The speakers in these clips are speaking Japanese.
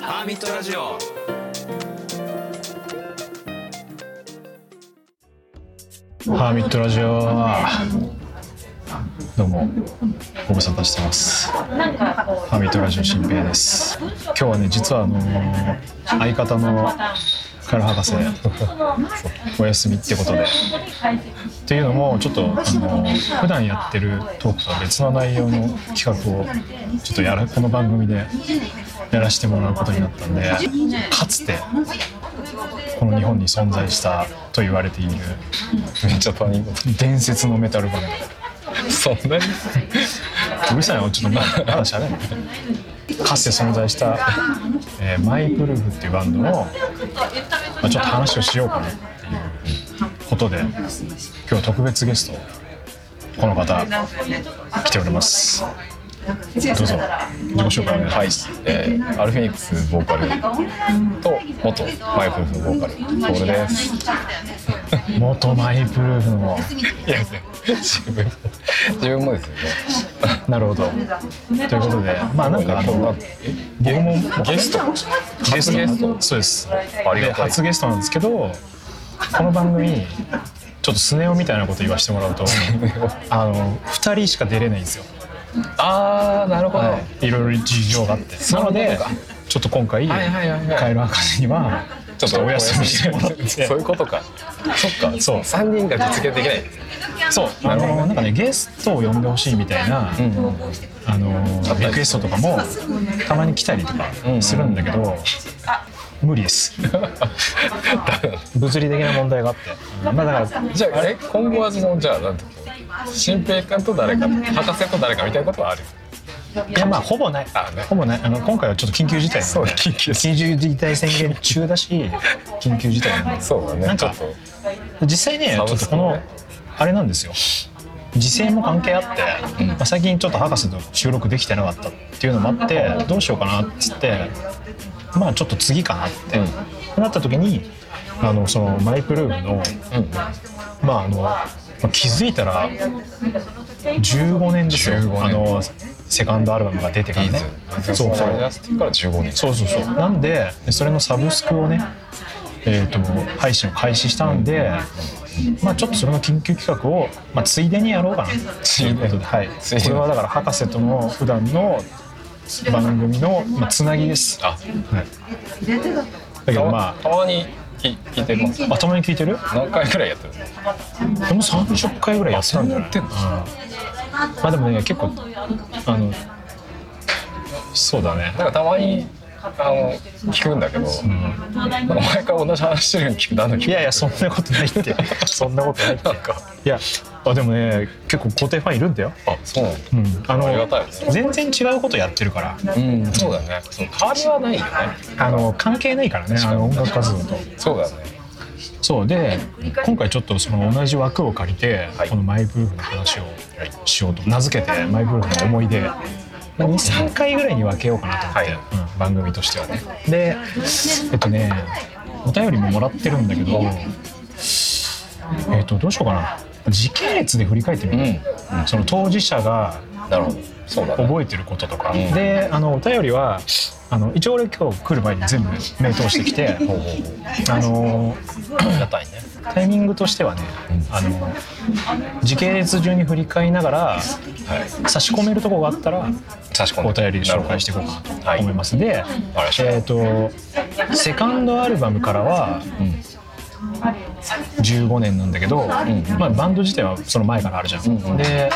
ーミットラジオハーミットラジオどうもご無沙汰してますハーミットラジオ新平です今日はね実はあのー相方のカル博士お休みってことでっていうのもちょっとあのー普段やってるトークとは別の内容の企画をちょっとやらこの番組でやらせてもらうことになったんでかつてこの日本に存在したと言われているめっちゃ他人事伝説のメタルバンドそんなにうるさいなちょっとままだしゃべんないかつて存在した、えーマイプルーフっていうバンドの、まあ、ちょっと話をしようかなっていうことで今日特別ゲストこの方来ておりますどうぞ自己紹介お願いしはいます、、えー、アルフェニックスボーカルと元マイプルフボーカルトール です元マイプルーフのいや自分自分もですよねなるほどということでまあなんかあの僕もゲストゲストゲストそうですありでがたい初ゲストなんですけどこの番組ちょっとスネ夫みたいなこと言わせてもらうとあの2人しか出れないんですよ、ああなるほど、はい、いろいろ事情があってなのでちょっと今回、はいはいはいはいカエル博士にはちょっとお休みしてもらってそういうことかそっかそう3人が実現できないんですよそうあのなんかねゲストを呼んでほしいみたいな、あのリクエストとかもたまに来たりとかするんだけど、無理です 物理的な問題があってまあだからじゃああれ今後はそのじゃあなんていうの新平君と誰か博士と誰かみたいなことはあるいやまあほぼないあねほぼないあの今回はちょっと緊急事態なんでそう緊急緊急事態宣言中だし緊急事態なんでそうだねなんちょかっと実際ねちょサっブとスクこねのあれなんですよ時勢も関係あって、まあ、最近ちょっと博士と収録できてなかったっていうのもあってどうしようかなっつってまあちょっと次かなって、なった時にあのそのマイプルームのうんまああのまあ気づいたら15年ですよ15年あのセカンドアルバムが出てからねそそそううそううそれ出してから15年そうそうそうなんでそれのサブスクをねえー、と配信を開始したんで、まあ、ちょっとそれの緊急企画を、まあ、ついでにやろうかなということで、はい、こついでにれはだから博士との普段の番組の、まあ、つなぎですあだけどまたまに聞聞いてますあ頭に聞いてる何回くらいやってるんですかでも30回ぐらいやってたんじゃないそんなやうんまあでもね結構あのそうだねなんかたまにあの聞くんだけど、なんか毎回同じ話してるように聞く何度聞 いくやいやそんなことないって そんなことないっていやあでもね結構固定ファンいるんだよあそうなんだうんあのありがたいです全然違うことやってるからうんそうだねその変わりはないよねあの関係ないからねあの音楽活動とそうだねそうで今回ちょっとその同じ枠を借りて、はいこのマイブルーフの話をしようと名付けてマイブルーフの思い出23回ぐらいに分けようかなと思って、うん番組としてはねでえっとねお便りももらってるんだけどえっとどうしようかな時系列で振り返ってみる、その当事者がなるほどそうだね覚えてることとか、であのお便りはあの一応俺今日来る前に全部目通してきてあのありがたいねタイミングとしてはね、あの時系列順に振り返りながらはい差し込めるところがあったら差し込んでお便りで紹介していこうかなと思います、で、えっとセカンドアルバムからは、15年なんだけど、まあ、バンド自体はその前からあるじゃん、で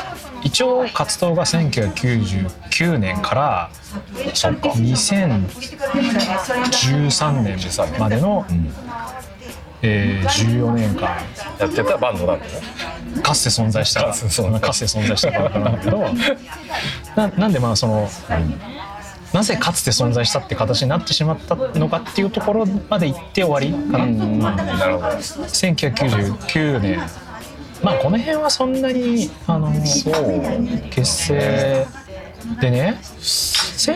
一応活動が1999年からそっか2013年までの、えー14年間やってたバンドなんだねかつて存在したかかつて存在つて存在したバンドなんだけどななんでまあその、なぜかつて存在したって形になってしまったのかっていうところまで行って終わりかな、なるほど1999年まあこの辺はそんなにあの結成でね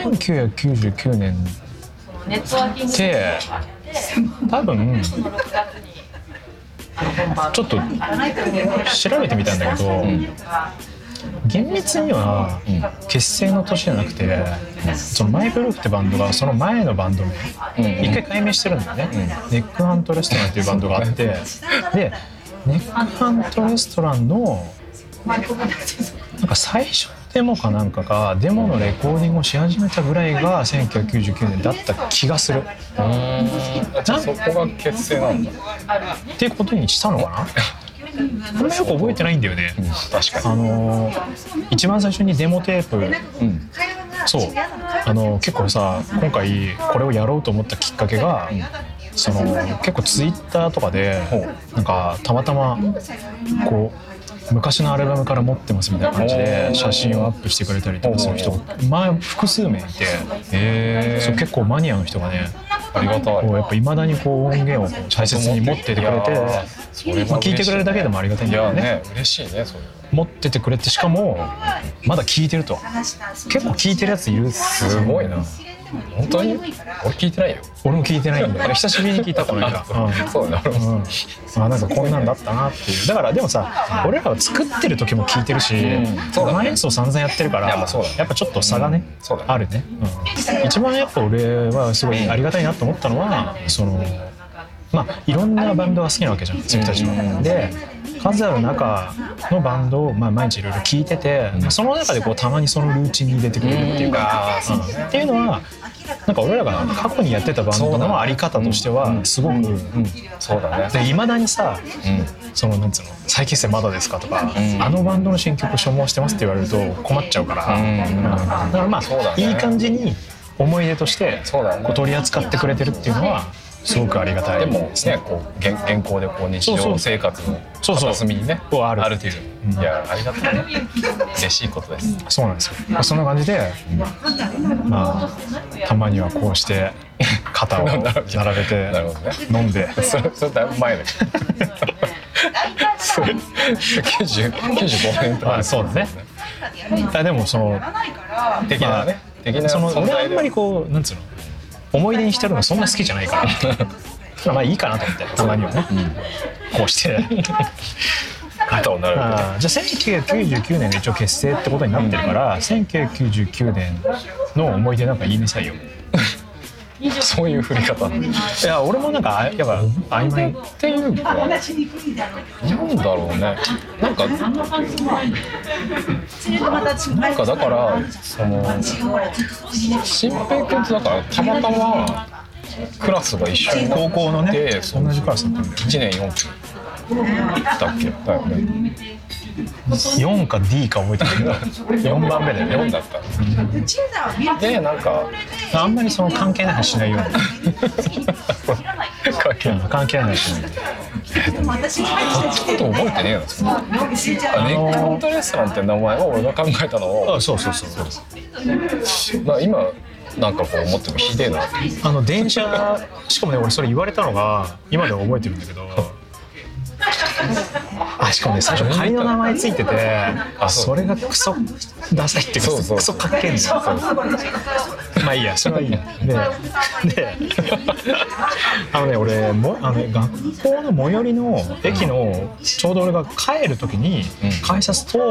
1999年って多分ちょっと調べてみたんだけど、厳密にはうん結成の年じゃなくて、そのマイブルーってバンドがその前のバンド名うん一回解明してるんだよね、ネックハントレストランっていうバンドがあってでネックハントレストランのなんか最初のデモかなんかがデモのレコーディングをし始めたぐらいが1999年だった気がするうーんじゃあそこが結成なんだっていうことにしたのかなあんまよく覚えてないんだよね、確あかの一番最初にデモテープにうんそうあの結構さ今回これをやろうと思ったきっかけが、その結構ツイッターとかでなんかたまたまこう昔のアルバムから持ってますみたいな感じでおー写真をアップしてくれたりとかする人が前複数名いて、へそう結構マニアの人がねありがたいこうやっぱいまだにこう音源をこう大切に持っててくれて、まいやーそれは嬉しねあ、聞いてくれるだけでもありがたいんいだよやねね嬉しいねそれ持っててくれてしかもまだ聞いてると結構聞いてるやついるすすごいな本当に俺聞いてないよ俺も聞いてないん だよ久しぶりに聞いたこの間、うんそうなるうん、あなんかこんなんだったなっていうだからでもさ俺らは作ってる時も聞いてるしうんそうだね生演奏散々やってるからいやまあそうだねやっぱちょっと差がねそうだねあるね、うん、一番やっぱ俺はすごいありがたいなと思ったのはそのまあいろんなバンドが好きなわけじゃん自分たちうんは。で数ある中のバンドを、まあ、毎日いろいろ聞いてて、まあその中でこうたまにそのルーチンに出てくるっていうか、うんうんっていうのはなんか俺らが過去にやってたバンドのあり方としてはすごく、そうだねでいまだにさうんそのなんつうの再結成まだですかとか、うんあのバンドの新曲所望してますって言われると困っちゃうから、うんだからまそうだあ、ねいい感じに思い出としてそうだねこう取り扱ってくれてるっていうのはすごくありがたいでもねこう現現行でこう日常生活のそうそう片隅にねこうあるあるといううんいやありがたいね嬉しいことですそうなんですよ、まあ、そんな感じで、まあ、たまにはこうして肩を並べて なるほどね飲んでそれそれだいぶ前だけどそれ90 95年とあかそうだねあでもその的なね的なその存俺はあ在んまでりこうなんつうの思い出に浸るのそんな好きじゃないから だからまあいいかなと思ってたまにはね、こうして肩を並べてあーじゃあ1999年が一応結成ってことになってるから、1999年の思い出なんか言いなさいよそういう振り方いや俺もなんかあやっぱ曖昧っていうかなんだろうねなんかなんかだからその新平君とだからたまたまクラスが一緒に高校のねでそう同じクラスだったんだよ1年4期だっけだよね4か D か覚えてないけど4番目だよ4ねだったでなん かあんまりその関係ない話しないよ 関係うなに、いうん関係ない話しないちょっと覚えてねえなそのネックハントレストランって名前は俺が考えたのをあそうそうそうそうな今なんかこう思ってもひでえなあの電車しかもね俺それ言われたのが今では覚えてるんだ けどあしかもね最初仮の名前ついててあそれがクソダサいっていうかそうそうクソかっけえんだよまあいいやそれはいいやでであのね俺もあのね学校の最寄りの駅のちょうど俺が帰る時にうん改札通っ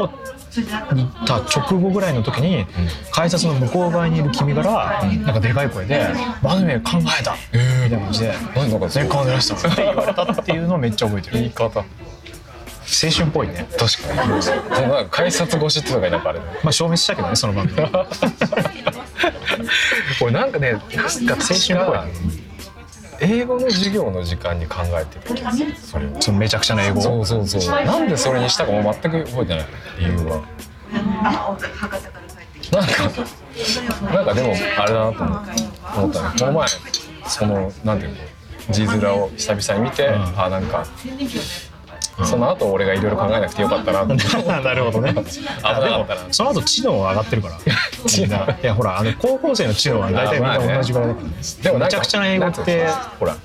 た直後ぐらいの時に改札の向こう側にいる君からなんかでかい声で「バヌエ考えた!」みたいな感じで「なんだか全考えました」って言われたっていうのをめっちゃ覚えて言いる方青春っぽいね確かにそのなんか改札越しっていうのがなんかあれだねまあ消滅したけどねその 番組俺なんかねなんか青青春っぽい英語の授業の時間に考えてた気がするそれをそのめちゃくちゃな英語そうそうそうなんでそれにしたかもう全く覚えてない理由はなんかなんかでもあれだなと思って思ったねこの前そのなんていうの字面を久々に見て、んあなんか、その後俺がいろいろ考えなくてよかったなって なるほどねあででももその後知能は上がって るからみんないやほらあの高校生の知能は大体みんあまあねな同じぐらいだからねでもなんかめちゃくちゃな英語なんってていうのほら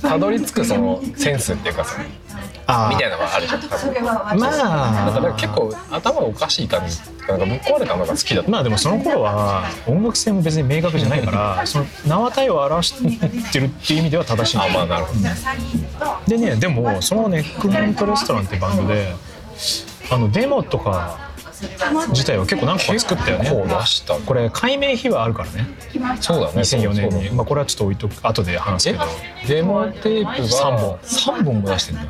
たどり着くそのセンスっていうかさみあたいなのがあるじゃん多分あまだからあ結構頭がおかしい感じなんかぶっ壊れたのが好きだったまあでもその頃は音楽性も別に明確じゃないからその縄体を表してるっていう意味では正しいんだあよまあなるほどねでねでもそのネックモントレストランってバンドであのデモとか自体は結構何個か作ったよね結構出したこれ解明秘話あるからねそうだね2004年そうに、だまあ、これはちょっと置いとく後で話すけどえデモテープが三本3本も出してんだ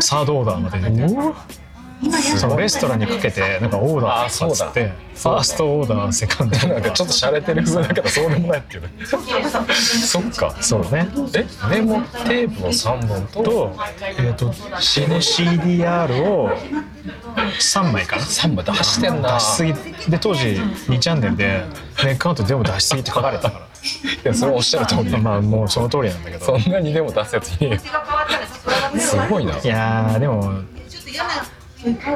サードオーダーまで出てそのレストランにかけてなんかオーダーとかっつってあファーストオーダーセカンドオーダー なんかちょっと洒落てる風だけどそうでもないっていうねそっかそうねえデモテープを3本とと,、えー、と死ぬ CDR を3枚かな3本出してんな出しすぎで当時2チャンネルで「ネックカウント全部出しすぎ」って書かれてたからいやそれはおっしゃる通りまあもうその通りなんだけそどんなにでも出せずにすごいないやーでも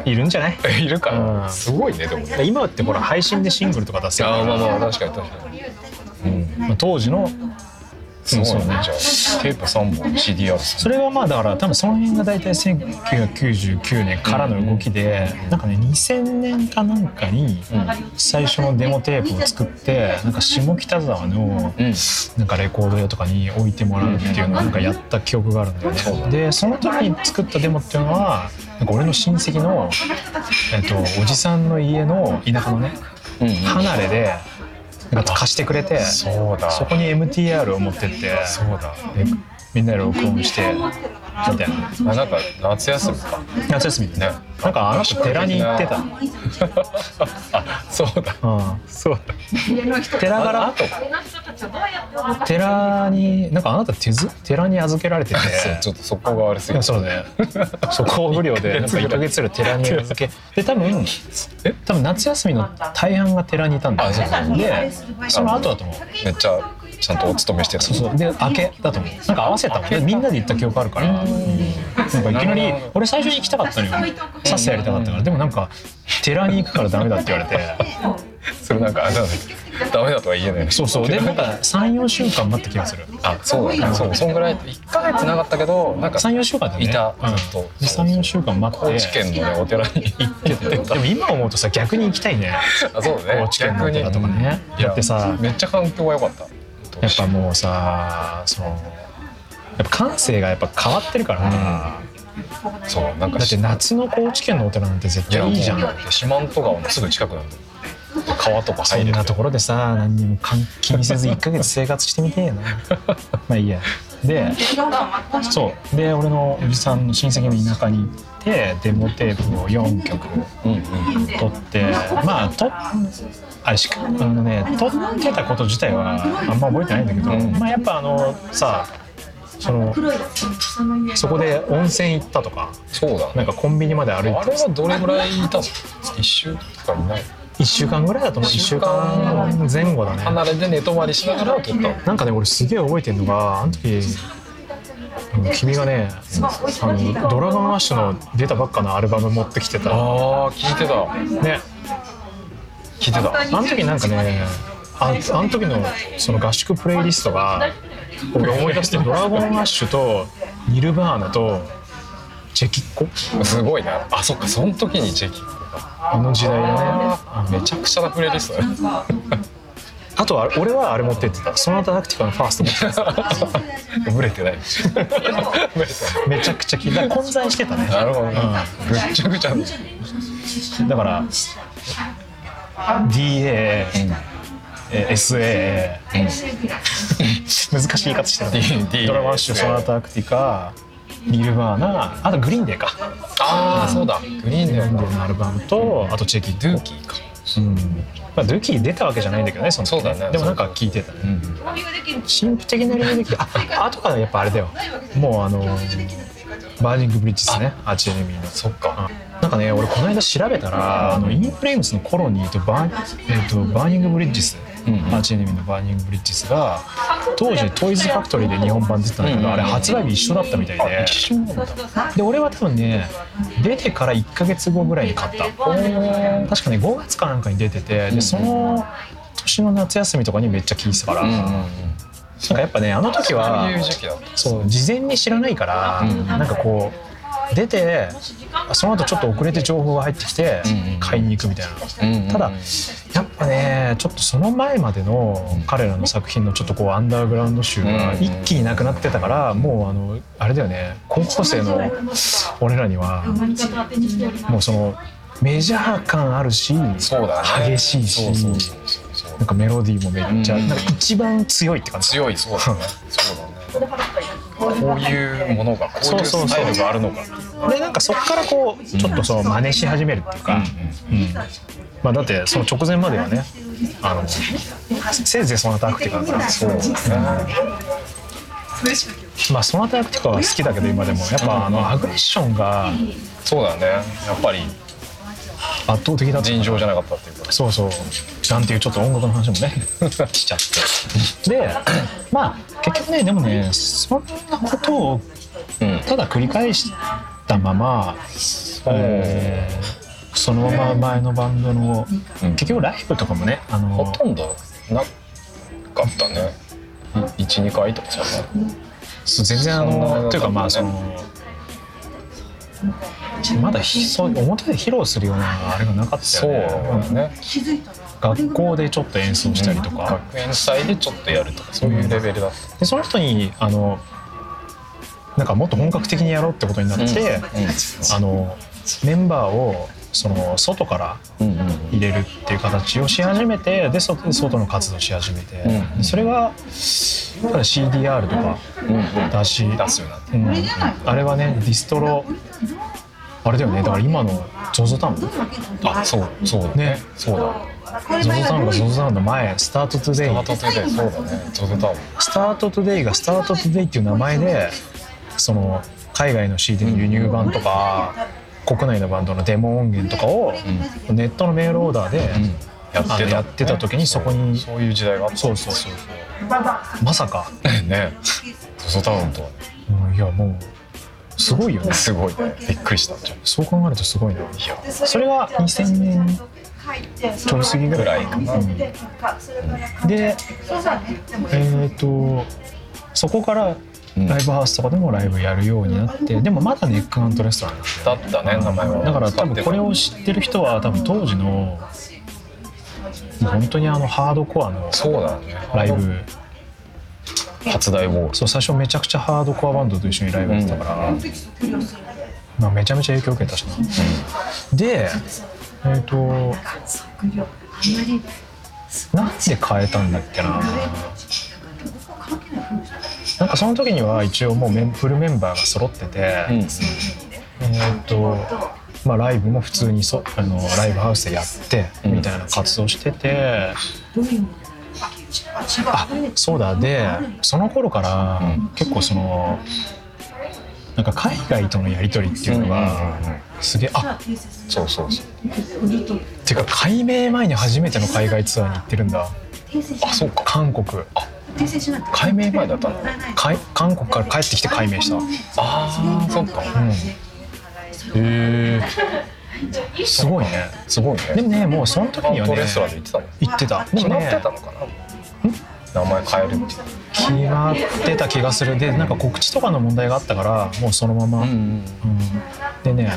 いるんじゃないいるかうんなすごいねでも今ってほら配信でシングルとか出せるかあらあまあまあ確かに確かにうんまあ当時のすごいねそうねじゃあテープ3本 CDR さそれはまあだから多分その辺が大体1999年からの動きでなんかね2000年かなんかに最初のデモテープを作ってなんか下北沢のうんなんかレコード屋とかに置いてもらうっていうのをなんかやった記憶があるんだよねでその時に作ったデモっていうのはなんか俺の親戚の、えっとおじさんの家の田舎のねうんうん離れでなんか貸してくれてそうだそこに MTR を持ってってそうだでみんなで録音してみたいなあなんか夏休みか夏休みでねなんかあの人寺に行ってた、うん、あそうだそうだ寺かあらと寺になんかあなた手ず寺に預けられててそうちょっとそこが悪すいぎやるそうねそこ不良で なんか1ヶ月ぐらい寺に預けで多分え多分夏休みの大半が寺にいたんだよあそうそうでその後だと思うめっちゃちゃんとお勤めしてるそうそうで明けだと思うなんか合わせたもんでみんなで行った記憶あるから、なんかいきなり俺最初に行きたかったのよさっさやりたかったからでもなんか寺に行くからダメだって言われてそれなんかあれだねダメだとは言えないそうそうでなんか34週間待った気がするあそうだねそうそんぐらい1ヶ月なかったけどなんか34週間だよねいたうん、ずっとで34週間待って高知県のねお寺に行ってでたも今思うとさ逆に行きたいねあそうだね高知県のお寺とかね逆にだってさめっちゃ環境は良かったやっぱもうさそのやっぱ感性がやっぱ変わってるからね、そうなんかだって夏の高知県のお寺なんて絶いや対いいじゃんもう四万十川のすぐ近くなんだよ川とかそ入んれるなところでさ何にもかん気にせず1ヶ月生活してみてえな まあいいやでそうで俺のおじさんの親戚の田舎に行ってデモテープを4曲うんうん撮ってまあとあれしかあのね撮ってたこと自体はあんま覚えてないんだけど、うんまあやっぱあのさそのそこで温泉行ったとかそうだなねんかコンビニまであ歩れいてはどれぐらいいたの一週とかいない1週間ぐらいだと思う1週間前後だね離れで寝泊まりしながら撮ったのなんかね俺すげえ覚えてるのがあの時うん君がねあのドラゴンアッシュの出たばっかのアルバム持ってきてたああ聞いてた聞ねいてたあの時なんかねああの時のその合宿プレイリストが俺思い出してドラゴンアッシュとニルバーナとチェキッコすごいなあそっかその時にチェキあの時代だねあめのちゃくちゃなプレイリストだねあとは俺はあれ持ってってたソナタダクティカのファースト持ってたブレてないブレてめちゃくちゃ聞いた混在してたねないなるほどねうぐっちゃぐちゃのだから DA、えー SA、難しい言い方してた DA ドラマッシュソナタアクティカニルバーナあとグリーンデーかああそうだグリーングデリーーンデのーのアルバムとあとチェキドゥーキーか、うんまあ、ドゥーキー出たわけじゃないんだけどねその時そうだねでもなんか聞いてたねうん神秘的な理由で聞いてああとからやっぱあれだよもうあのバーニングブリッジですねアーチエネミーのそっかなんかね俺この間調べたらあのインフレームスのコロニーとバー,、えー、とバーニングブリッジス、うんアーチエネミーのバーニングブリッジスが当時トイズファクトリーで日本版出てたんだけど、うんあれ発売日一緒だったみたいで、あ一緒なんだで俺は多分ね出てから1ヶ月後ぐらいに買った確かね5月かなんかに出ててでその年の夏休みとかにめっちゃ聴いてたから、うんうんうなんんかやっぱねあの時そはういう時期だったそう事前に知らないから、うんなんかこう出てその後ちょっと遅れて情報が入ってきてうんうん買いに行くみたいな、うんうんうんただやっぱねちょっとその前までの彼らの作品のちょっとこうアンダーグラウンド集がうん一気になくなってたからもうあのあれだよね高校生の俺らにはもうそのメジャー感あるしそうだね激しいしそうそうそうそうそうなんかメロディーもめっちゃ、うんなんか一番強いって感じ強いそうだねそうだねこういうものがこういうスタイルがあるのかでなんかそっからこうちょっとその真似し始めるっていうか、うんまあ、だってその直前まではねあのせいぜいソナタアクティカだからそうだねまあソナタアクティカは好きだけど今でもやっぱあのアグレッションがそうだねやっぱり圧倒的だった尋常じゃなかったっていうかそうそうなんていうちょっと音楽の話も ねしちゃってでまあ結局ねでもねそんなことをうんただ繰り返したまま、えーそのまま前のバンドの、うん結局ライブとかもねあほのとんどなかったね12回とかじゃないそう全然あそんなののというかまあだそったねのまだひそう表で披露するようなあれがなかったそうよねだね学校でちょっと演奏したりとか、学園祭でちょっとやるとかそういうレベルだっでその人にあのなんかもっと本格的にやろうってことになって、たうんあのメンバーをその外からうんうん入れるっていう形をし始めてでそ外の活動し始めて、うんでそれがただ CDR とかうんうんだし、出すようになってうんあれはねディストロあれだよねだから今の ZOZO タウンあそうそうだねそうだゾゾタウンがゾゾタウンの前スタートトゥデイトマトトゥデイそうだねゾゾタウンスタートトゥデイがスタートトゥデイっていう名前でその海外の CD の輸入版とか、国内のバンドのデモ音源とかを、ネットのメールオーダーで、やあのやってた時にそこにそういう時代があったそうそうそうまさか、ねゾゾタウンとはねうんいやもうすごいよねすごいねびっくりしたちょっそう考えるとすごいないやそそれれはは2000年2000年ちちょょいい過過ぎぎぐぐららいいかかなな、うんででえっ、とそこからうんライブハウスとかでもライブやるようになってでもまだネックアントレストランなとんだったね名前はだから多分これを知ってる人は多分当時の本当にあのハードコアのそうだねライブ初大ボールそう最初めちゃくちゃハードコアバンドと一緒にライブやってたから、まあ、めちゃめちゃ影響受けたしな、でえっ、となんで変えたんだっけななんかその時には一応もうメンフルメンバーが揃ってて、うんえっ、とまあライブも普通にそあのライブハウスでやってうんみたいな活動してて、あそうだでその頃からうん結構そのなんか海外とのやり取りっていうのがうんうんうんすげえあそうそうそうていうか改名前に初めての海外ツアーに行ってるんだあそうか韓国あ改名前だったのかい韓国から帰ってきて改名したああそっかへえすごいねすごいねでもねもうその時にはアウトねレストランで行ってたもん行っ決てたもうまっねてたのかな名前変えるって決まってた気がするでなんか告知とかの問題があったからもうそのまま、んでね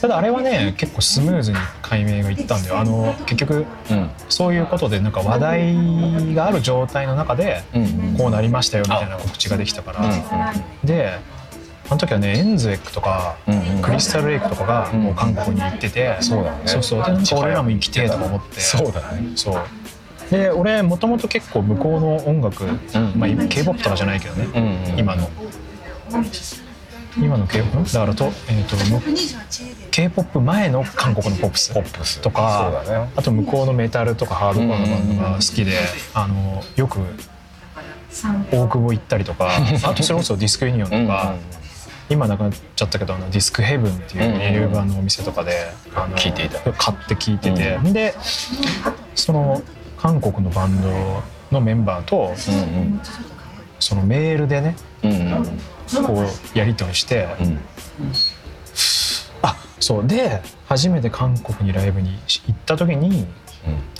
ただあれはね結構スムーズに解明がいったんだよあの結局うんそういうことでなんか話題がある状態の中でうんうんこうなりましたよみたいな告知ができたから、であの時はねエンズエックとか、うんうんクリスタルレイクとかがうんもう韓国に行ってて、そうだよねそうそうでなんか俺らも行きてえとか思ってそうだねそうで俺もともと結構向こうの音楽、んまあ、k p o p とかじゃないけどね、うんうん今の今の k p o p だからと,、えー、と k p o p 前の韓国のポップスポップスとかそうだねあと向こうのメタルとかハードコアのバンドが好きで、あのよく大久保行ったりとかあとそれこそディスクユニオンとか、今なくなっちゃったけどあのディスクヘブンっていう輸入版のお店とかで、あの聞いていた買って聞いてて、でその韓国のバンドのメンバーとうんうんそのメールでねうんうんこうやり取りして、うんあそうで初めて韓国にライブに行った時に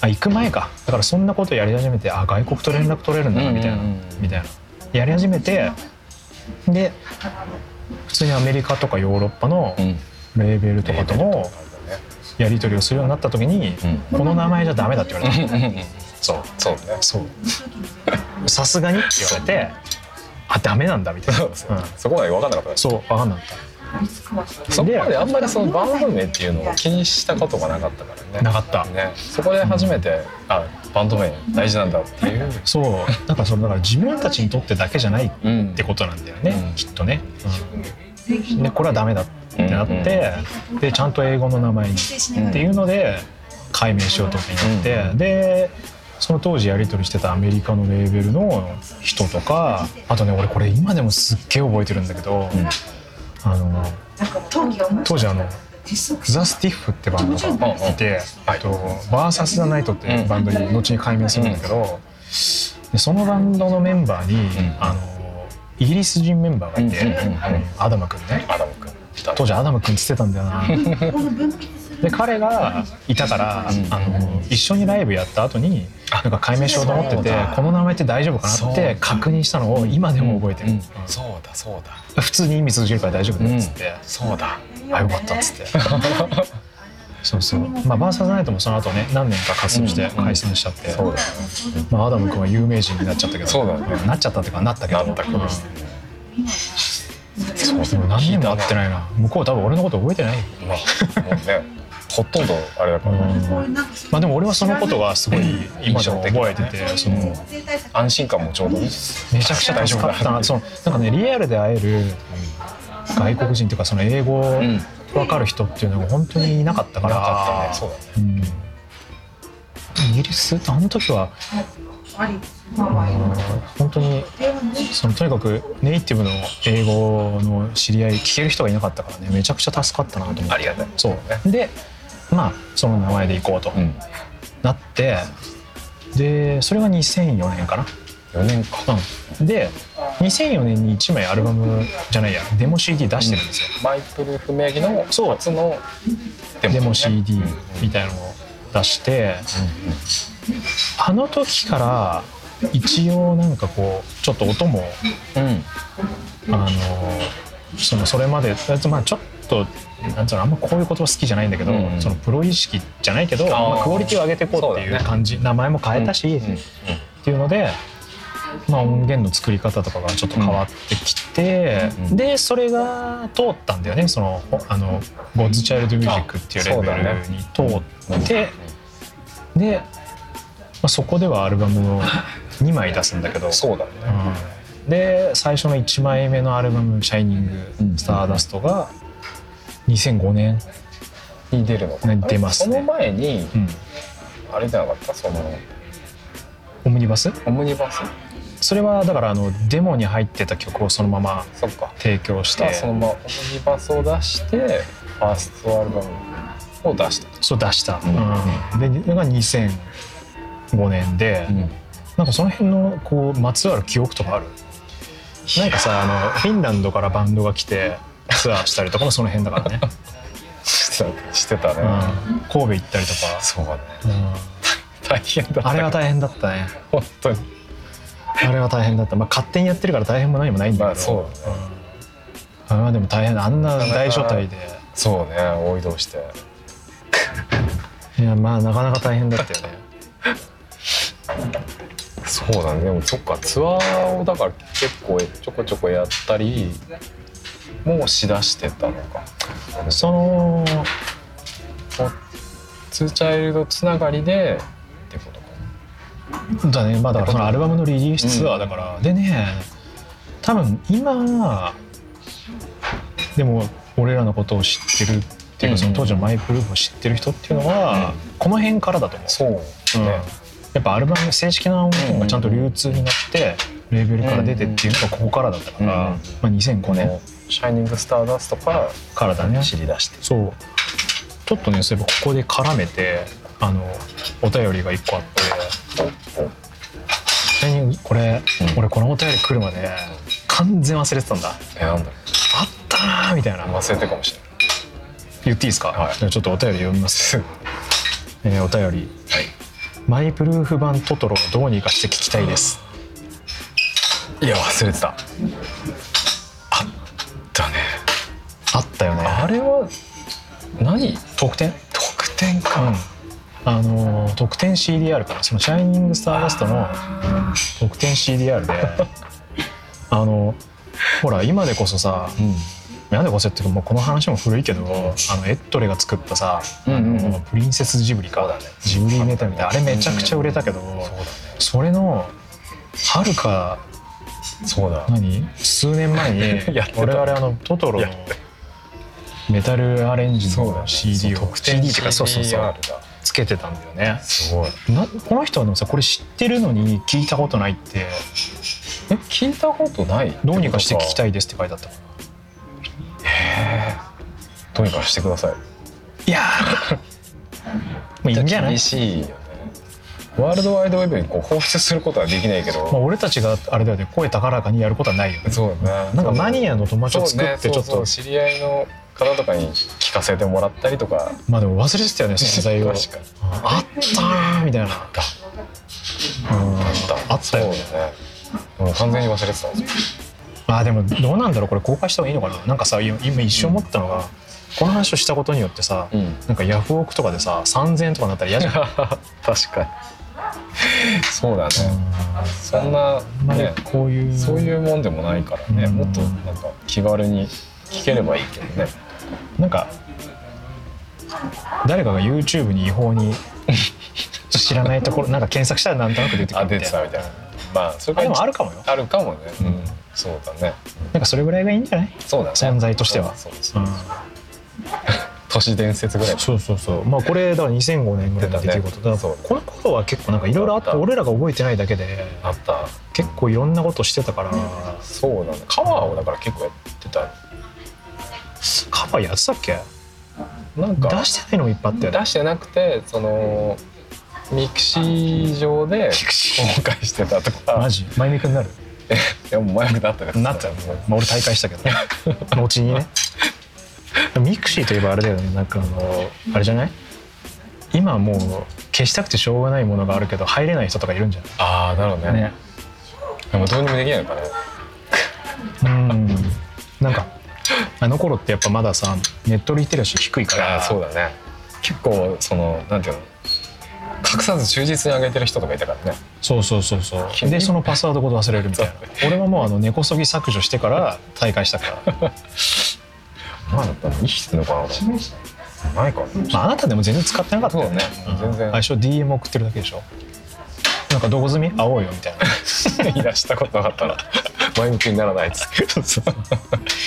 あ行く前かだからそんなことやり始めてあ外国と連絡取れるんだなみたいな、うんうんうんみたいなやり始めてで普通にアメリカとかヨーロッパのうんレーベルとかともやり取りをするようになった時に、この名前じゃダメだって言われたうんそうそうねそうさすがにって言われてあダメなんだみたいな、うんそこまで分かんなかったねそう分かんなかっそこまであんまりそのバンド名っていうのを気にしたことがなかったからねなかったねそこで初めて、あバンド名大事なんだっていう、そうなんかそのだから自分たちにとってだけじゃないっうんてことなんだよね、うんきっとね、うんでこれはダメだってなって、でちゃんと英語の名前にっていうので解明しようと思って、でその当時やり取りしてたアメリカのレーベルの人とかあとね俺これ今でもすっげえ覚えてるんだけど、うんあの当当時時ああののザ・スティッフってバンドがうんうんいて、えっと、バーサス・ザ・ナイトっていうバンドに後に改名するんだけど、でそのバンドのメンバーに、んあのイギリス人メンバーがいうて、んうんうんうんあのアダム君ねアダム君当時アダム君っつってたんだよなで彼がいたから、うんあの一緒にライブやった後になんか解明しようと思ってそうてだこの名前って大丈夫かなっそうて確認したのを今でも覚えてうる、んそうだそうだ普通に意味通じるから大丈夫だよっつって、そうだあよかったっつって そうそうまあバーサスナイトもその後ね何年か活動して解散しちゃって、そうだまあ、アダム君は有名人になっちゃったけどそうだねなっちゃったっていうかなったけどなったけどうんそうでも何年も会ってないな向こう多分俺のこと覚えてないよまあもうねほとんどあれだから、うんまあでも俺はそのことがすごい今でも覚えててその安心感もちょうどいいめちゃくちゃ助かったなそのなんかねリアルで会える外国人というかその英語んわかる人っていうのが本当にいなかったからなかったねそうだねうんイギリスってあの時は本当にそのとにかくネイティブの英語の知り合い聞ける人がいなかったからねめちゃくちゃ助かったなと思ってありがたいそうでまあその名前で行こうとうんなって、でそれが2004年かな、 4年かうん、で2004年に1枚アルバムじゃないやデモ CD 出してるんですよ、マイプル文明のそう初のデモね CD みたいなのを出して、あの時から一応なんかこうちょっと音もうんあのそのそれまでまあちょっとなんつうのあんまこういう言葉好きじゃないんだけど、うんそのプロ意識じゃないけどあーまあ、クオリティを上げていこうっていそううだね感じ名前も変えたし、うんうんっていうので、まあ、音源の作り方とかがちょっと変わってきて、うんでそれが通ったんだよねそのほあの「ゴッズ・チャイルド・ミュージック」っていうレあそうだベねルに通って、で、まあ、そこではアルバムを2枚出すんだけど。そうだねうんで最初の1枚目のアルバム「シャイニンうんグ・スターダスト」が2005年、に出るのかなね出ますねその前にうんあれじゃなかったそのオムニバスオムニバスそれはだからあのデモに入ってた曲をそのままそっか提供してがそのままオムニバスを出してファーストアルバムを出したそう出した、うんうんでそれが2005年で、なんかその辺のこうまつわる記憶とかあるなんかさあのフィンランドからバンドが来てツアーしたりとかもその辺だか らね、してたしてたうねん、神戸行ったりとか、そうだねう大変だっん、たあれは大変だったね本当にあれは大変だった、まあ、勝手にやってるから大変も何もないんだけど、まあそうだねうんあれはでも大変だあんな大所帯でそうね大移動していやまあなかなか大変だったよねそうだねでもそっかツアーをだから結構ちょこちょこやったりもうしだしてたのかそのツーチャイルドつながりでってことかだねまあだからそのアルバムのリリースツアーだから、でね多分今でも俺らのことを知ってるっていううんかその当時のマイプルーフを知ってる人っていうのは、この辺からだと思そうね、う、うんやっぱアルバム正式な音楽がちゃんと流通になってレーベルから出てっていうのがここからだったから、うんまあ、2005こ年の「シャイニングスターダスト」からからだね知り出してそうちょっとねそういえばここで絡めてあのお便りが1個あってちなみにこれ、うん俺このお便り来るまで完全忘れてたんだあえなんだろったなーみたいなう忘れてるかもしれない言っていいですか、はいじゃあちょっとお便り読みます、えーお便り「マイプルーフ版トトロをどうにかして聞きたいですいや忘れてたあったね」あったよねあれは何特典特典か、うんあのー特典 CDR からその「シャイニングスターダスト」の 特典 CDR であのほら今でこそさうんなんで忘れてるもうこの話も古いけどあのエットレが作ったさ、うんうんうんあのプリンセスジブリか、ジブリメタみたいなあれめちゃくちゃ売れたけど、それのはるかそうだ何数年前にやってた我々あのトトロのやってメタルアレンジそうだのね CD をそう特典 CD とかそうそうそう CDR つけてたんだよねすごいなこの人はでもさこれ知ってるのに聞いたことないってえ聞いたことないどうにかして聞きたいいですって書いてあったどうにかしてくださいいやーまあいいんじゃない厳しいよねワールドワイドウェブにこう放出することはできないけまあ、ど俺たちがあれだよね声高らかにやることはないよねそうだねなんかマニアアの友達を作ってちょっと、知り合いの方とかに聞かせてもらったりとかまあでも忘れて たよね存在を確かにあったーみたいなあったあったそうよだねねもう完全に忘れてたんですよあーでもどうなんだろうこれ公開した方がいいのかななんかさ今今一瞬思ったのがこの話をしたことによってさ、うんなんかヤフオクとかでさ3000円とかになったら嫌じゃん確かにそうだねそんなあんまりねこういうそういうもんでもないからねうんもっとなんか気軽に聞ければいいけどねなんか誰かが YouTube に違法 に知らないところなんか検索したらなんとなく出てくるあみたい出なてたみたいなまあそれあがでもあるかもよあるかもねうんそうだねなんかそれぐらいがいいんじゃないそうだね存在としてはそうそううそうん都市伝説ぐらいそうそうそうまあこれだから2005年ぐらいの出来事だ,、そうこの頃は結構なんかいろいろあって俺らが覚えてないだけであった結構いろんなことしてたからそうだねカバーをだから結構やってたカバーやってたっけなんか出してないのもいっぱいあったよね出してなくてそのミクシー上で公開してたとマかジマイミクになるいやもう前もだったからなったよもう、まあ、俺大会したけど 後にねミクシーといえばあれだよねなんかあのあれじゃない今はもう消したくてしょうがないものがあるけど入れない人とかいるんじゃああなるほどないねでもどうにもできないのかねうんなんかあの頃ってやっぱまださネットリテラシー低いかあらあそうだね結構そのなんていうの隠さず忠実に上げてる人とかいたからねそうそうそうそうでそのパスワードごと忘れるみたいな俺はもうあの根こそぎ削除してから大会したから、まあだったらいい人のかなないかなまあ、あなたでも全然使ってなかったよねそうね全然最初 DM 送ってるだけでしょなんかどこ済み会おうよみたい な いやしたことなかったら前向きにならないっつってそうそう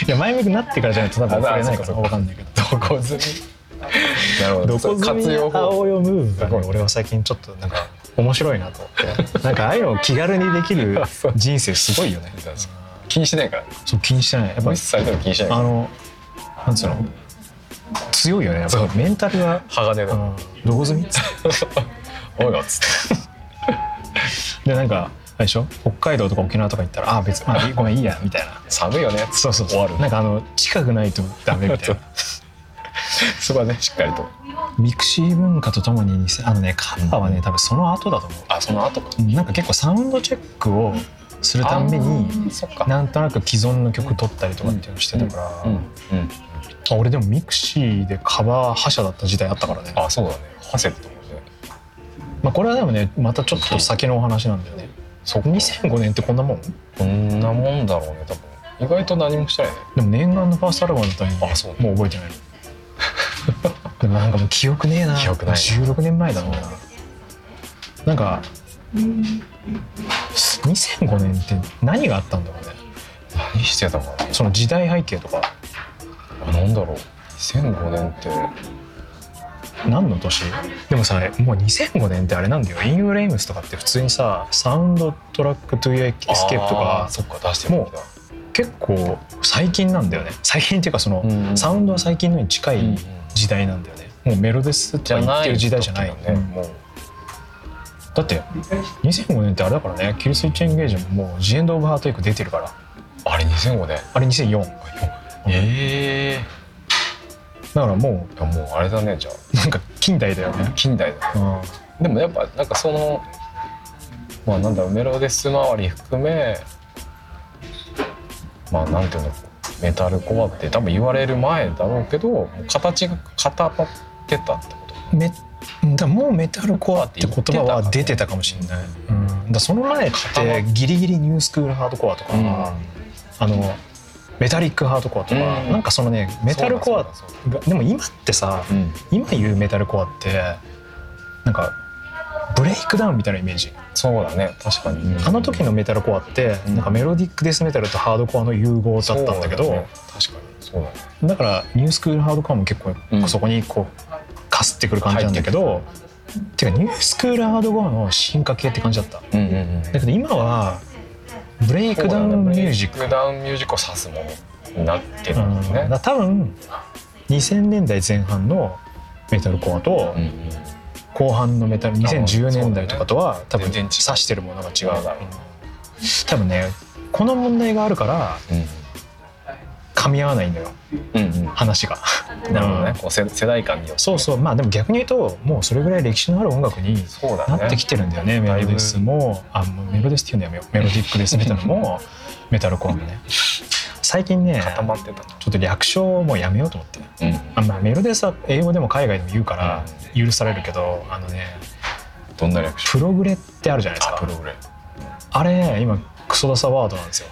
いや前向きになってからじゃないと多分送れないあかそらうか分かんないけどどこずみなるほどどこ済み活会用お法うよムーブがね俺は最近ちょっとなんか面白いなと 思ってなんかああいうのを気軽にできる人生すごいよね気にしないからそう気にしてないやっぱ無視されても気にしないかあらのなんつうの強いよねやっぱメンタルが鋼あののどこ済みおいよっつってでなんかあれでしょ北海道とか沖縄とか行ったら「あ別にまあいいごめんいいや」みたいな寒いよねそうそうそう終わるなんかあの近くないとダメ みたいなそこはねしっかりとミクシー文化とともに2000あのねカバーはね多分その後だと思あその後かうなんか結構サウンドチェックをするたんびにそっかなんとなく既存の曲取ったりとかっていうのしてたから、うんうんあ俺でもミクシーでカバー覇者だった時代あったからねあそうだねハセットもねまあ、これはでもねまたちょっと先のお話なんだよねそ2005年ってこんなもんこんなもんだろうね多分意外と何もしてないねでも念願のファーストアルバムだったのにあそうもう覚え てないのでもなんかもう記憶ねえな記憶ない16年前だもんななんか2005年って何があったんだろうね何してたかなその時代背景とかあなんだろう2005年って何の年でもさもう2005年ってあれなんだよインフレイムスとかって普通にさサウンドトラックトゥエスケープとあかーそっか出してるんだ結構最近なんだよね最近っていうかその、うんサウンドは最近のに近うんうんい時代なんだよね、もうメロデスとか言ってる時代じゃない時だねもうだって2005年ってあれだからねキルスイッチエンゲージももう「ジエンド・オブ・ハート・エイク」出てるからあれ2005年あれ2004えだからもえもうあれだねじゃうなんか近代だよねあ、近代だねうん、でもやっぱなんかそのまあなんだろうメロデス周り含めまあなんていうのメタルコアって多分言われる前だろうけどもう形が固まってたってことめだからもうメタルコアって言葉は出てたかもしれない、うん、だからその前ってギリギリニュースクールハードコアとか、あのメタリックハードコアとか、うんなんかそのねメタルコアがそうだでも今ってさ、うん今言うメタルコアってなんかブレイクダウンみたいなイメージそうだね確かに、あの時のメタルコアって、うんなんかメロディックデスメタルとハードコアの融合だったんだけどそうだ,、だね確かにそうだねからニュースクールハードコアも結構うんそこにこうかすってくる感じなんだけど、てかニュースクールハードコアの進化系って感じだったうんうんうんだけど今はブレイクダウンミュージックブレイクダウンミュージックを指すものになってるんうんですだかねら多分2000年代前半のメタルコアとうんうん後半のメタル2010年代とかとは多分全然違指うしてるものが違違ううだろ多分ねこの問題があるからう噛み合わないんだようんうん話がうんなるほどねこう世世代間によってそうそうまあでも逆に言うともうそれぐらい歴史のある音楽にそうだねなってきてるんだよねメだいロぶディスもあもうメロディスっていうのやめようメロディックデスメタ ルもメタルコアもね最近ね固まってたなちょっと略称をもうやめようと思ってあまあ、メロディスは英語でも海外でも言うから許されるけどあのねどんなリアクションプログレってあるじゃないですあプかログレあれ今クソダサワードなんですよ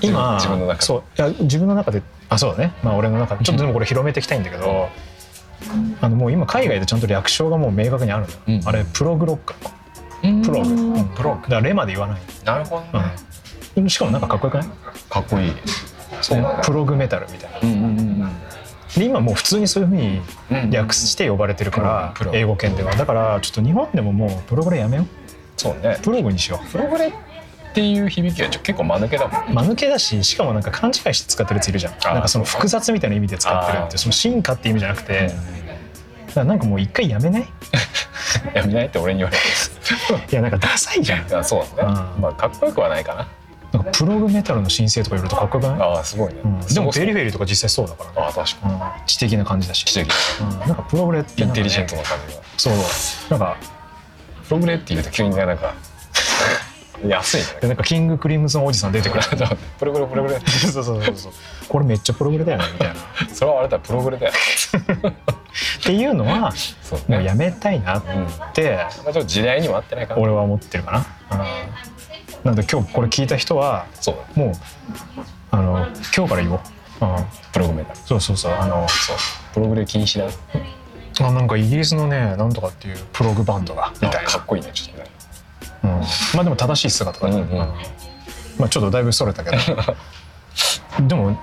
今 自分の中でそういや自分の中であそうだねまあ俺の中でちょっとでもこれ広めていきたいんだけどあのもう今海外でちゃんと略称がもう明確にあるのよ、うんあれプログロックプログ、うんプログだからレまで言わない、なるほどねうん、しかもなんかかっこよくないかっこいいそうだねプログメタルみたいなうんうんうんで今もう普通にそういうふうにうん略して呼ばれてるからプロ英語圏ではだからちょっと日本でももうプログレやめようそうねプログにしよプログレっていう響きはちょ結構間抜けだもんう間抜けだししかもなんか勘違いして使ってるやついるじゃんあーなんかその複雑みたいな意味で使ってるっあーてその進化って意味じゃなくてだからなんかもう一回やめないやめないって俺に言われていやなんかダサいじゃんいやそうだねうんまあかっこよくはないかななんかプログメタルの申請とか言われるとかっこよくない、ああすごいねうん、でもそうそうペリフェリーとか実際そうだからね、ああ確かにうん、知的な感じだし、奇跡うん、なんかプログレってイなんンかテねリジェントな感じがそうなんかプログレって言うと急にね なんか安いでなんかキングクリムゾンおじさん出てくるねプログレプログレ そうそうそうそうこれめっちゃプログレだよねみたいなっそれはあれだプログレだよていうのはそうもうねやめたいなっうんまてあちょっと時代にも合ってないかな俺は思ってるかな、うん、なので今日これ聞いた人はそうだねもうあの今日から言おう、うん、プログメだそうそうそうあのそうプログレ禁止だあなんかイギリスのねなんとかっていうプログバンドがみみたたいいなな、かっこいいねちょっとねうん、まあでも正しい姿だね、うんうんまあちょっとだいぶそれたけどでも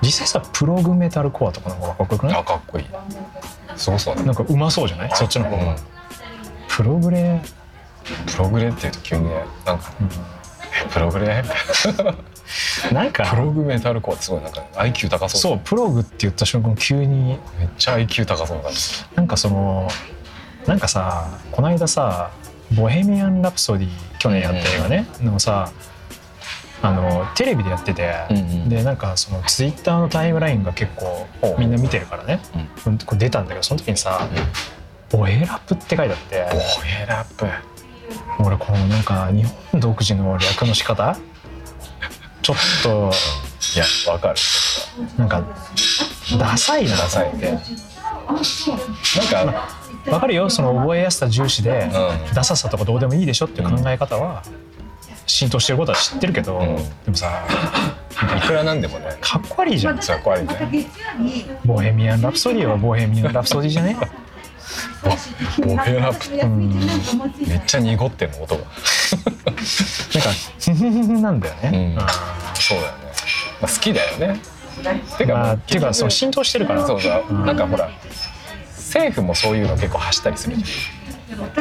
実際さプログメタルコアとかの方がかっこよくないあかっこいいすごそうだねなんかうまそうじゃないそっちの方が、うプログレんプログレって言うと急にね なんかえプログレなんプかログメタルコアってすごいなんか IQ 高そうそうプログって言った瞬間急にめっちゃ IQ 高そうな感じなんかそのなんかさこないださ「ボヘミアン・ラプソディ」去年やった映画ね、のさあのテレビでやってて、うんうんでなんかそのツイッターのタイムラインが結構ほうみんな見てるからね、これ出たんだけどその時にさ「ボヘラップ」って書いてあってボヘラップ俺このなんか日本独自の略の仕方ちょっといやわかるなんかダサいなダサいねなんかわかるよその覚えやすさ重視で、うんダサさとかどうでもいいでしょっていう考え方は浸透してることは知ってるけど、うんでもさいくらなんでもねかっこ悪いじゃんそこあるねボヘミアン・ラプソディはボヘミアン・ラプソディじゃねボヘラップめっちゃ濁ってんの音がなんかふふふふなんだよね、うんあそうだよね、まあ、好きだよねてーか、ままああ、っていうかその浸透してるからそうそうなんかほら政府もそういうの結構走ったりするじゃ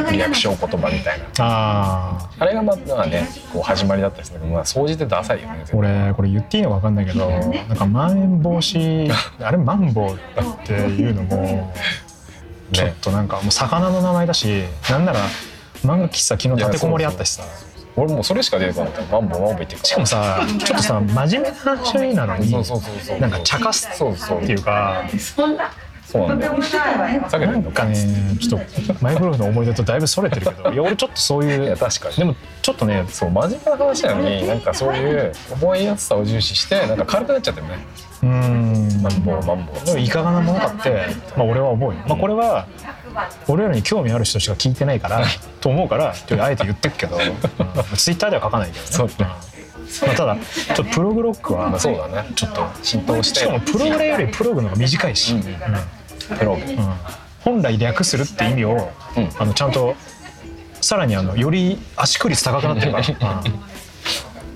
んリアクション言葉みたいなああれがまあまあねこう始まりだったりするんだけどまあ総じてダサいよねー俺これ言っていいのか分かんないけどなんかまん延防止あれマンボウっていう のもちょっとなんかもう魚の名前だしなんなら漫画喫茶昨日立てこもりあったしさ俺もうそれしか出てこなかったマンボウマンボウ言ってるしかもさちょっとさ真面目な話なのにそうそうそうそうなんか茶化すそうそうっていうかそうなんだよ下げなてんんのかねちょっとマイクロフの思い出とだいぶそれてるけどいや俺ちょっとそういいうや確かにでもちょっとねそう真面目な話なのになんかそういう覚えやすさを重視してなんか軽くなっちゃったよねうーんマまンボウマンボウあいかがなものかって、まあ、俺は思うよ、まあ、これは俺らに興味ある人しか聞いてないからと思うからちょっとあえて言ってくけど、ツイッターでは書かないけどねそうねうんまあ、ただちょっとプログロックはそうだねちょっと浸透してしかもプログレよりプログの方が短いし、うんプログうん本来略するって意味を、うんあのちゃんとさらにあのより圧縮率高くなってるから、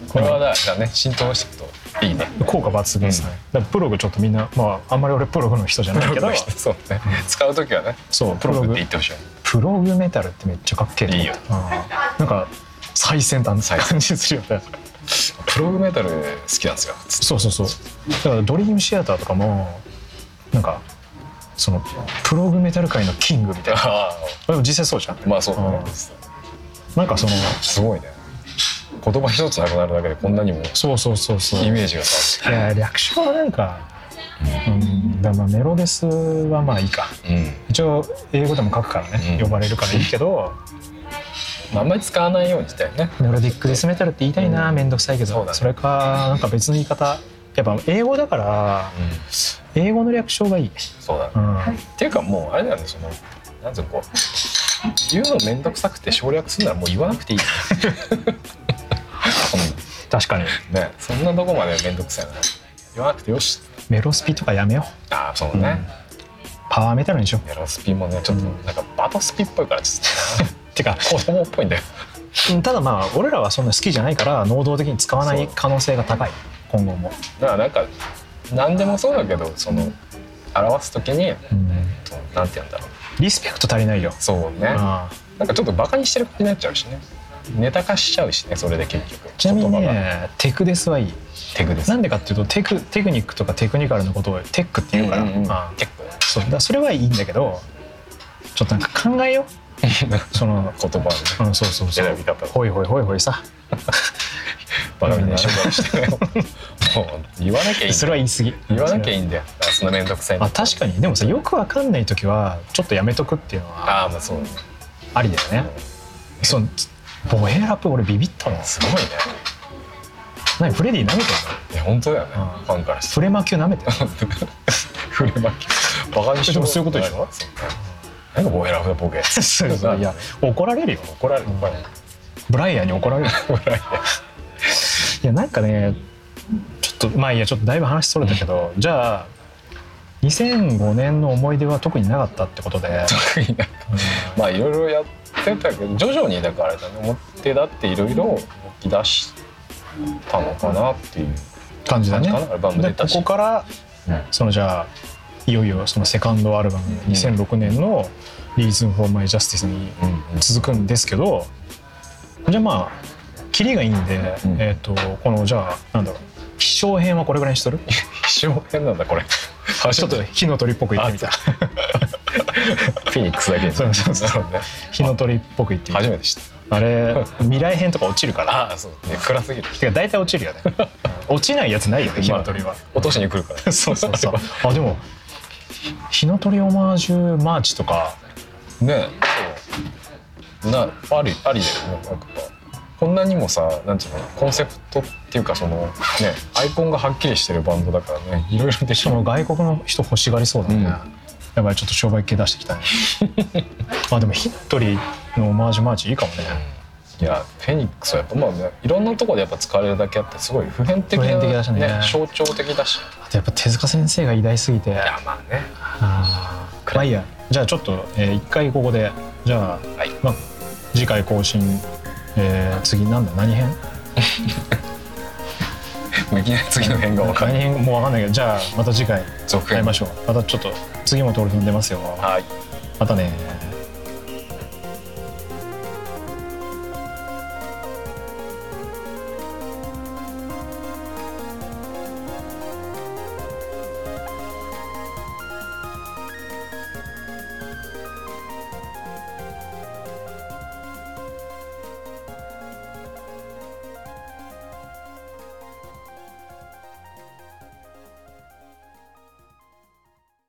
これはだだね浸透していくといいねうん効果抜群ですね、だからプログちょっとみんなまああんまり俺プログの人じゃないけどそうね使う時はねそうププロログっグて言ってほしいプログメタルってめっちゃかっけえと思っいたいようんなんか最先端な感じするよねプログメタル好きなんですよそうそうそうだからドリームシアターとかもなんかそのプログメタル界のキングみたいなあでも実際そうじゃんあまあそうだねんなんかそのすごいね言葉一つなくなるだけでこんなにもそうそうそうそうイいメージがさや略称はなんかうんだからまあメロデスはまあいいかうん一応英語でも書くからね、うん呼ばれるからいいけどあんまり使わないようにしたよねメロディックデスメタルって言いたいな、うんめんどくさいけどそうだねそれかなんか別の言い方やっぱ英語だからうん英語の略称がいい、そうだねうん、っていうかもうあれだよねそのなんつうのこう言うのめんどくさくて省略するならもう言わなく ていいう確かにんねそんなとこまでめんどくさいな言わなくてよしメロスピとかやめようああそうね、パワーメタルにしようメロスピもねちょっとなんかバトスピっぽいからちょっとてか子供っぽいん だようんただまあ俺らはそんな好きじゃないから能動的に使わない可能性が高い今後も、だからなんか何でもそうだけどその表す時にそのなんて言うんだろうリスペクト足りないよ、そうねああなんかちょっとバカにしてる感じになっちゃうしねネタ化しちゃうしねそれで結局ちなみに言葉がねテクデスはいいテクですなんでかっていうとテクテクニックとかテクニカルのことをテックって言うから、うんうんうんああ結構 ねそうだからそれはいいんだけどちょっとなんか考えようその言葉でねうんそうそうそう選び方ほいほいほいほいさバカみたいに紹介してねもう言わなきゃいいんそだよれは言い過ぎ言わなきゃいいいんだよだからその面倒くさいのまあ確かにでもさよくわかんない時はちょっとやめとくっていうのはああまあそうねありだよねそうボヘラップ俺ビビったのすごいね何フレディ舐めてんのいや本当だよねうんファンからしてフレマ級舐めてんの 触れ巻きバカにしてでもそういうことでしょそうねなんかボヘラフだボケそうそういや怒られるよ怒られる怒られるブライアンに怒られる怒られる いやなんかねちょっとまあいいやちょっとだいぶ話それたけどじゃあ2005年の思い出は特になかったってこと で、特になんかまあいろいろやってたけど徐々にだからだね表だっていろいろ動き出したのかなっていう感じだね感じかなアルバムで出こたしこからうんそのじゃあいよいよそのセカンドアルバム2006年の「Reason for My Justice」に続くんですけどじゃあまあキリがいいんで、うんえっ、とこのじゃあなんだろう気象編はこれぐらいにしとる気象変なんだこれ ちょっと火の鳥っぽく言ってみたフェニックスだけにそうそうそうなるほどね火の鳥っぽく言ってみ初ためて知っあれ未来編とか落ちるかたらああそうね暗すぎるてか大体落ちる よね落ちないやつないよね火の鳥は、落としに来るから そうそうそうあでも火の鳥オマージュマーチとかねそうなありありだよねなんかやっぱこんなにもさなんていうのコンセプトっていうかそのねアイコンがはっきりしてるバンドだからねいろいろでしきかるも外国の人欲しがりそうだね、うんやばいちょっと商売系出してきたね あでも火の鳥のオマージュマーチいいかもね、いやフェニックスはやっぱまあねいろんなところでやっぱ使われるだけあってすごい普遍的な普遍的だしね象徴的だしあとやっぱ手塚先生が偉大すぎていやまあ ねあーまあいいやじゃあちょっと、えー一回ここでじゃあ、はいまあ、次回更新、えー次なんだ何編もういきなり次の辺が分かる何編もう分かんないけどじゃあまた次回続会い編ましょうまたちょっと次もトルフィン出ますよはいまたね